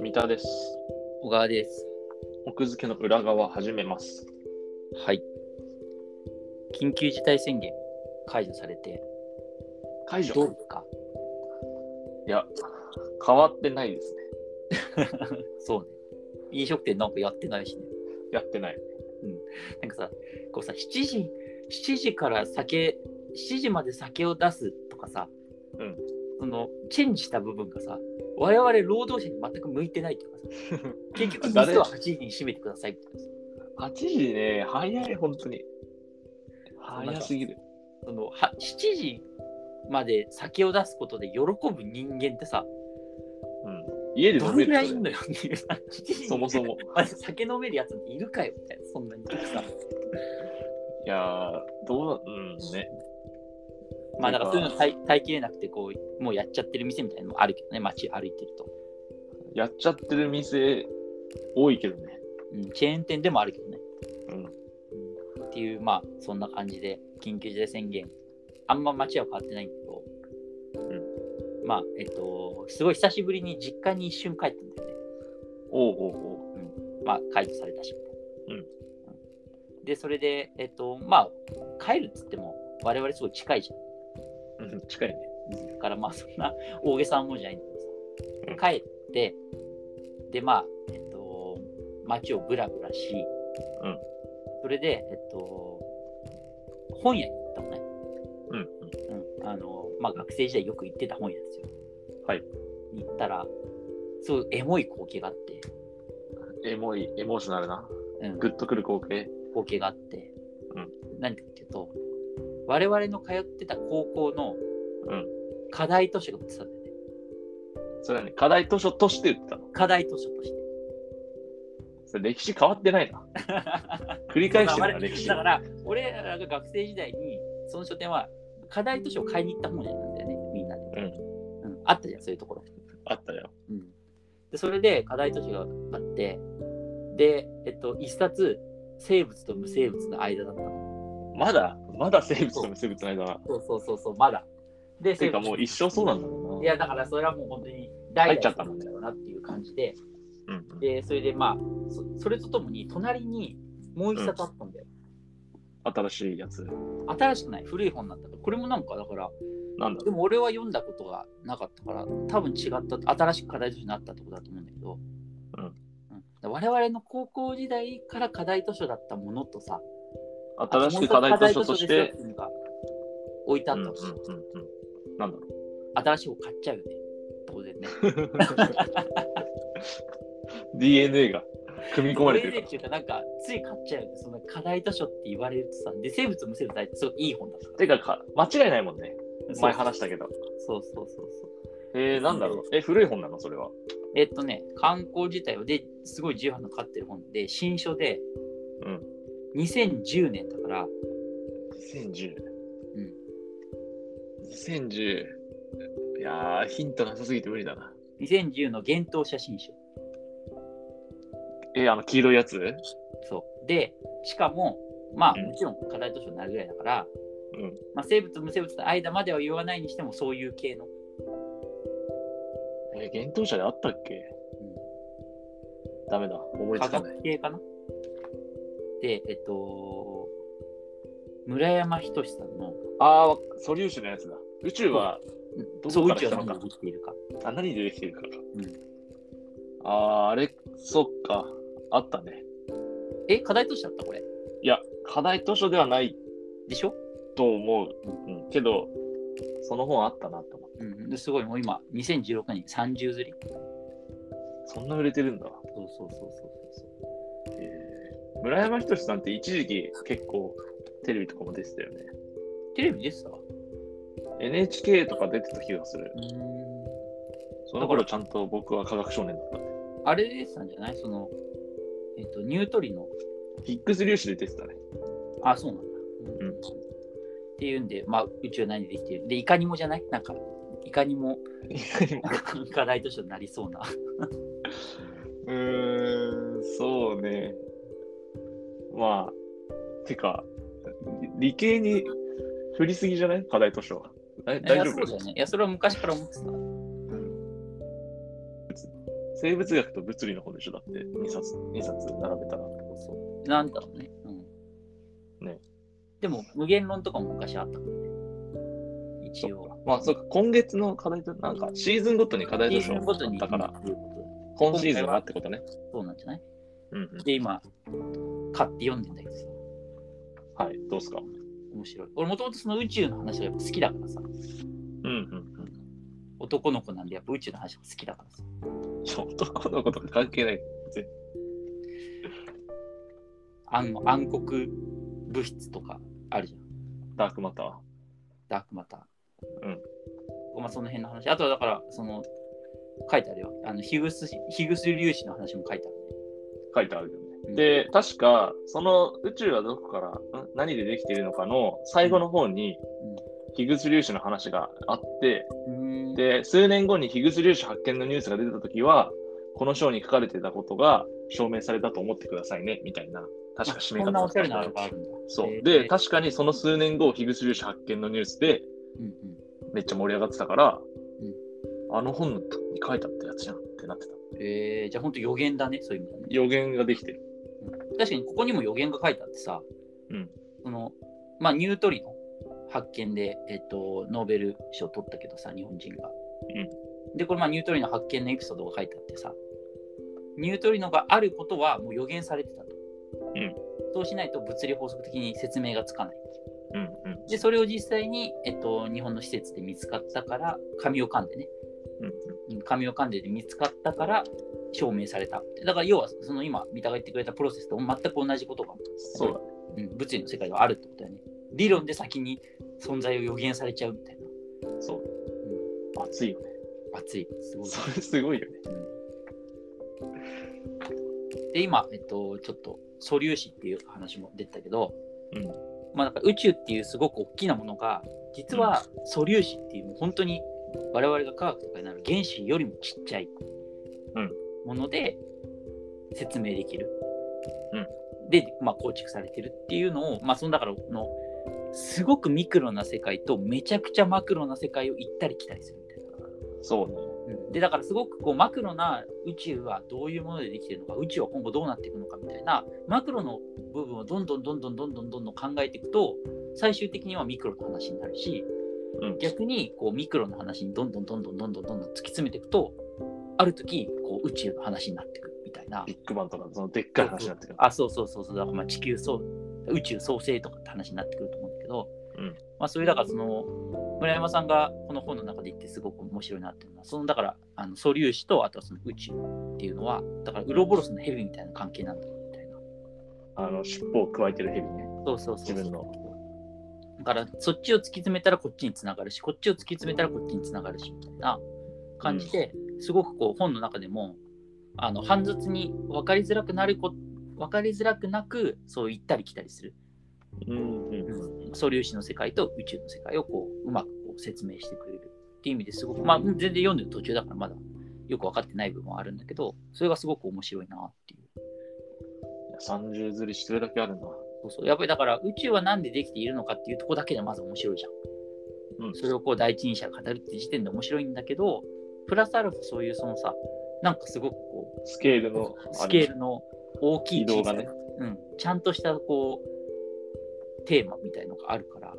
三田です。小川です。奥付けの裏側始めます。はい。緊急事態宣言解除されて解どう除ですか？いや、変わってないですね。そうね。飲食店なんかやってないしね。 やってない。なんかさ、こうさ7時7時から酒7時まで酒を出すとかさ、うん、そのチェンジした部分がさ、我々労働者に全く向いてないっていうかさ、 結局誰店は8時に閉めてくださいみたいなさ。 8時ね、早い、本当に。そうなん早かすぎる。そのは7時まで酒を出すことで喜ぶ人間ってさ、うん、家でど飲めれぐるらいいよんねのよっていうさ、7時に そもそも。あれ酒飲めるやついるかよみたいな、そんなにたく さん。いやー、どうな、うんね。まあだからそういうの耐耐えきれなくて、こう、もうやっちゃってる店みたいなのもあるけどね、街歩いてると。やっちゃってる店、多いけどね。うん、チェーン店でもあるけどね。うんっていう、まあそんな感じで、緊急事態宣言。あんま街は変わってないけど、まあ、えっと、すごい久しぶりに実家に一瞬帰ったんだよね。おうおうおう。まあ解除されたしみたいな。ううん。で、それで、えっと、まあ、帰るっつっても、我々すごい近いじゃん。うん近いね。だからまあそんな大げさなもんじゃないんだけうんどさ、帰って、でまあ、えっと、街をブラブラし、うんそれで、えっと、本屋に行ったのね。うんうん。うん、あの、まあ学生時代よく行ってた本屋ですよ。はい。に行ったら、すごいエモい光景があって、エモい、エモーショナルな。うん、グッとくる光景。光景があって、うん何かっていうと、我々の通ってた高校のうん課題図書が売ってたんだよね。それはね、課題図書として売ってたの。課題図書として。それ歴史変わってないな。繰り返してるな、だから歴史だ。から、俺らが学生時代に、その書店は課題図書を買いに行った本屋なんだよね、みんなで。うんあったじゃん、そういうところ。あったよ。うん、でそれで課題図書があって、で、えっと、一冊、生物と無生物の間だったの。まだ、まだ生物と結ぶつないだな。そうそうそうそう、まだ。で、ていうかもう一生そうなんだろうな。いや、だからそれはもう本当に代入っちゃった々もなんんだろうなっていう感じで、うんうん、で、それでまあ、そそれとともに、隣にもう一冊あったんだよ。新しいやつ。新しくない、古い本なんだけど、これもなんか、だから、なんだでも俺は読んだことがなかったから、多分違った、新しく課題図書になったとこだと思うんだけど、うんうん我々の高校時代から課題図書だったものとさ、新しく課題図書としあてもう一つ課題図書ですよっていうのが置いてあうっんたうんうんの、うん。なんだろ新しいを買っちゃうよね。当然ね。う。DNA が組み込まれてるそでか。っていうか、なんか、つい買っちゃうよね。その課題図書って言われるとさ、で、生物無生物大ってすごいいい本だったからてかか、間違いないもんね。ら。前話したけど。そうそうそうそう。えー、なんだろう。え、古い本なのそれは。えっとね、観光自体はで、すごい重版の買ってる本で、新書で、うん2010年だから、 2010。うん。 2010。いやー、ヒントなさすぎて無理だな。 2010の幻冬写真集。えー、あの黄色いやつそう。で、しかも、まあ、うんもちろん課題図書になるぐらいだから、うん。まあ、生物、無生物の間までは言わないにしても、そういう系の。えー、幻冬者であったっけ、ダメだ。思い科つかない。学系かなで、えっと、村山仁さんのああ、素粒子のやつだ。宇宙は「どそこうから宇宙来たはの何かが起きているかあ何でできてるかか。うんああ、あれ、そっか。あったね。」え、課題図書だったこれ。いや、課題図書ではないでしょと思う。うん、けど、その本あったなって思って。うん、ですごい、もう今、2016年30釣り。そんな売れてるんだ。そうそうそうそうそう。えー、村山仁志さんって一時期結構テレビとかも出てたよね。テレビ出てた NHK とか出てた気がする。ん。その頃ちゃんと僕は科学少年だったんで。あれ出てたんじゃないその、えっ、と、ニュートリノ。ヒックス粒子で出てたね。あ、そうなんだ。うんっていうんで、まあ、宇宙は何でできているで、いかにもじゃないなんか、いかにも 課題としてなりそうな。うーん、そうね。まあ、てか、理理系に振りすぎじゃない課題図書は。え い大や丈そう夫だよね。いや、それは昔から思ってた。生物学と物理の方でしょだって2冊、二冊並べたら。そうなんだろうね。うん。ね。でも、無限論とかも昔あったからね。一応。まあそうか、今月の課題と、なんかシーズンごとに課題図書ごとに。だから、うんそ今シーズンはってことね。うなんじゃないうんうん。で、今、買って読んでんだけどさ。はい、どうすか。面白い。俺、もともとその宇宙の話がやっぱ好きだからさ。うんうん男の子なんで、やっぱ宇宙の話が好きだからさ。うん。ちょっとこのこと関係ない。暗暗黒物質とかあるじゃん。ダークマター。ダークマター。うん。まあ、その辺の話。あとはだから、その、書いてあるよ。あのヒグス、ヒグス粒子の話も書いてある。書いてあるようね。んで、確か、その宇宙はどこから、ん何でできているのかの最後の方にうん、ヒグス粒子の話があって、うんで、数年後にヒグス粒子発見のニュースが出たときは、この章に書かれてたことが証明されたと思ってくださいね、みたいな、確か締め方こんなだおっしゃたれんなだのがあるんだ。そう。えで、ー確かにその数年後、ヒグス粒子発見のニュースで、うんうんめっちゃ盛り上がってたから、あの本に書いてあったやつじゃんってなってた。えーじゃあ本当予言だね、そういう意味だね。予言ができてる。うん確かにここにも予言が書いてあってさ、うんそのまあ、ニュートリノ発見で、えっとノーベル賞取ったけどさ日本人が、でこれまあニュートリノ発見のエピソードが書いてあってさニュートリノがあることはもう予言されてたと、うんそうしないと物理法則的に説明がつかないうんうん。でそれを実際に、えっと日本の施設で見つかったから紙を噛んでねうんうん紙を噛んでて見つかったから証明されたってだから要はその今三田が言ってくれたプロセスと全く同じことが、そうだね。うん、物理の世界はあるってことだよね理論で先に存在を予言されちゃうみたいな、そう。熱いよね。うん、熱いすごい、それすごいよね。うんで今、えっと、ちょっと素粒子っていう話も出てたけど、うんまあ、なんか宇宙っていうすごく大きなものが実は素粒子っていうもう本当に我々が科学とかになる原子よりもちっちゃいうんもので説明できる、うんで、まあ、構築されてるっていうのを、まあ、そのだからのすごくミクロな世界とめちゃくちゃマクロな世界を行ったり来たりするみたいな。そうね。でだからすごくこうマクロな宇宙はどういうものでできてるのか宇宙は今後どうなっていくのかみたいなマクロの部分をどんどんどんどんどんどんどんどん考えていくと最終的にはミクロの話になるしうん。逆にこうミクロの話にどんどんどんどんどんどんどんどん突き詰めていくとある時こう宇宙の話になってくみたいなビッグバンとか、そのでっかい話になってくる。あそうそうそうそうだからまあ地球そう宇宙創生とかって話になってくると思うんだけど、うんまあそれだからその村山さんがこの本の中で言ってすごく面白いなっていうのはそのだからあの素粒子とあとはその宇宙っていうのはだからウロボロスのヘビみたいな関係なんだよみたいなあの、尻尾をくわえてるヘビね。そうそうそ自う分の。だからそっちを突き詰めたらこっちにつながるしこっちを突き詰めたらこっちにつながるしみたいな感じで、すごくこう本の中でもあの煩雑に分かりづらくなるこ分かりづらくなくそう行ったり来たりするうんうん素粒子の世界と宇宙の世界をこううまくこう説明してくれるっていう意味ですごく、まあ、全然読んでる途中だからまだよく分かってない部分はあるんだけどそれがすごく面白いなっていう三十釣りしてるだけあるな。そうそうやっぱりだから宇宙は何でできているのかっていうとこだけでまず面白いじゃんうん。それをこう第一人者が語るって時点で面白いんだけどプラスアルファそういうそのさなんかすごくこうスケールの、スケール。ルの大きい移動がね小さなうん、ちゃんとしたこうテーマみたいのがあるから、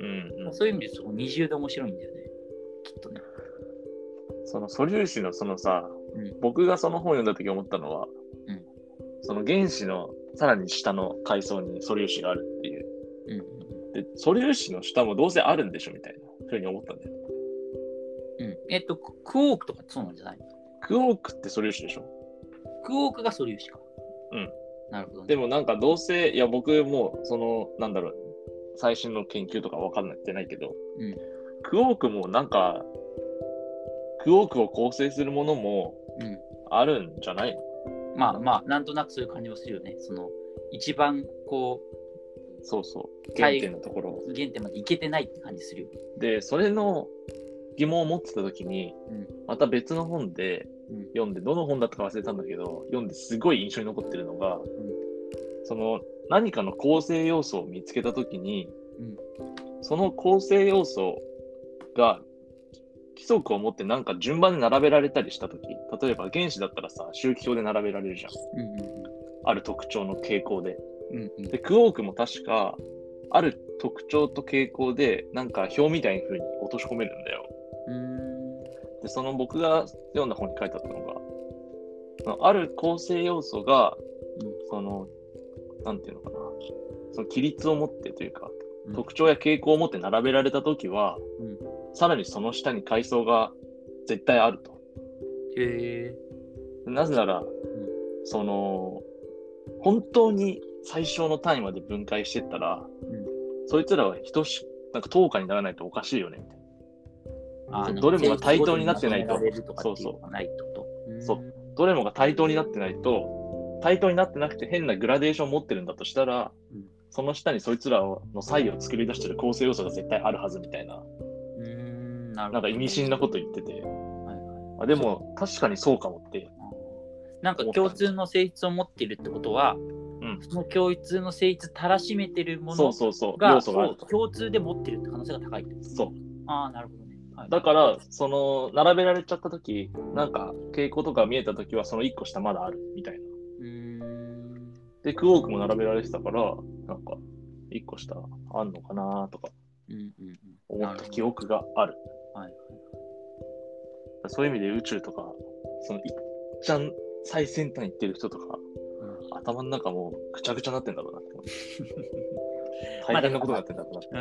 うん、うん。そういう意味ですごい二重で面白いんだよねきっとね。その素粒子のそのさ、うん僕がその本読んだ時思ったのは、うんその原子のさらに下の階層に素粒子があるっていう。うんで、素粒子の下もどうせあるんでしょみたいなふうに思ったんだよ。うんうん、えっとククオークとかそうなんじゃないのクオークって素粒子でしょクオークが素粒子か。うん。なるほど、ね。でもなんかどうせ、いや僕もうその、なんだろう、最新の研究とかわかんないってないけど、うんクオークもなんか、クオークを構成するものもうん、あるんじゃないのまあまあなんとなくそういう感じもするよね。その一番こそうそう。原はい点のところ。う原点までいけてないって感じするよ。で、それの疑問を持ってた時に、うんまた別の本でうん読んで、どの本だったか忘れたんだけど、読んですごい印象に残ってるのが、その何かの構成要素を見つけた時に、うんその構成要素が規則を持ってなんか順番で並べられたりしたとき、例えば原子だったらさ、周期表で並べられるじゃん。うんある特徴の傾向で。うんうんで、クオークも確か、ある特徴と傾向で、なんか表みたいな風に落とし込めるんだよ。うんで、その僕が読んだ本に書いてあったのが、そのある構成要素が、うんその、なんていうのかな、その規律を持ってというか、うん特徴や傾向を持って並べられたときは、うんさらにその下に階層が絶対あると。へえなぜなら、その、本当に最小の単位まで分解してったら、んそいつらは等し、なんか等価にならないとおかしいよね、みたいな。あそうのどれもが対等になってないとまとめられるとかっていそうそうのがないってことそうんどれもが対等になってないと、対等になってなくて変なグラデーションを持ってるんだとしたら、うんその下にそいつらの差異を作り出してる構成要素が絶対あるはずみたいな、うーんなるほどなんか意味深なこと言ってて、はいはいあでも確かにそうかもって、なんか共通の性質を持っているってことは、んその共通の性質たらしめてるもそうのそうそう、が要素があるそう共通で持ってるって可能性が高いってことそう。ああなるほどね、はいだから、その、並べられちゃったとき、なんか、傾向とか見えたときは、その1個下まだある、みたいな。うーんで、クォークも並べられてたから、なんか、1個下あんのかなとかうんうんうん思っなるたほど記憶がある。はいそういう意味で宇宙とか、その、いっちゃん最先端行ってる人とか、頭の中もうぐちゃぐちゃになってんだろうなって思う。ま大あ変なことになってんだろうなって。う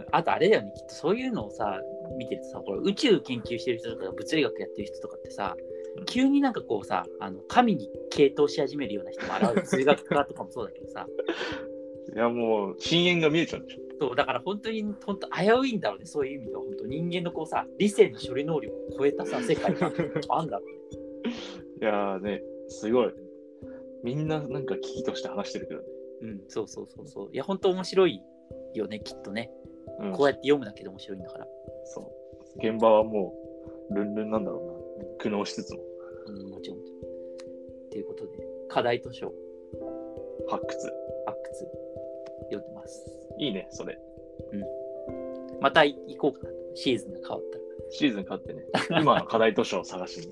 んあとあれだよねきっとそういうのをさ見てるとさこれ宇宙研究してる人とか物理学やってる人とかってさうん急になんかこうさあの神に傾倒し始めるような人も現れる数学科とかもそうだけどさいや、もう、深淵が見えちゃうでしょ。そうだから本当に本当危ういんだろうねそういう意味では本当人間のこうさ理性の処理能力を超えたさ 世界があんだろうねいやーね、すごい。みんななんか危機として話してるけどね。うんそうそうそうそういや本当面白いよねきっとねうんこうやって読むだけで面白いんだから、そう。現場はもう、ルンルンなんだろうな。苦悩しつつも、うん、もちろんということで課題図書発掘。発掘読んでますいいね、それ。また行こうかなシーズンが変わったらシーズン勝ってね、今の課題図書を探しに。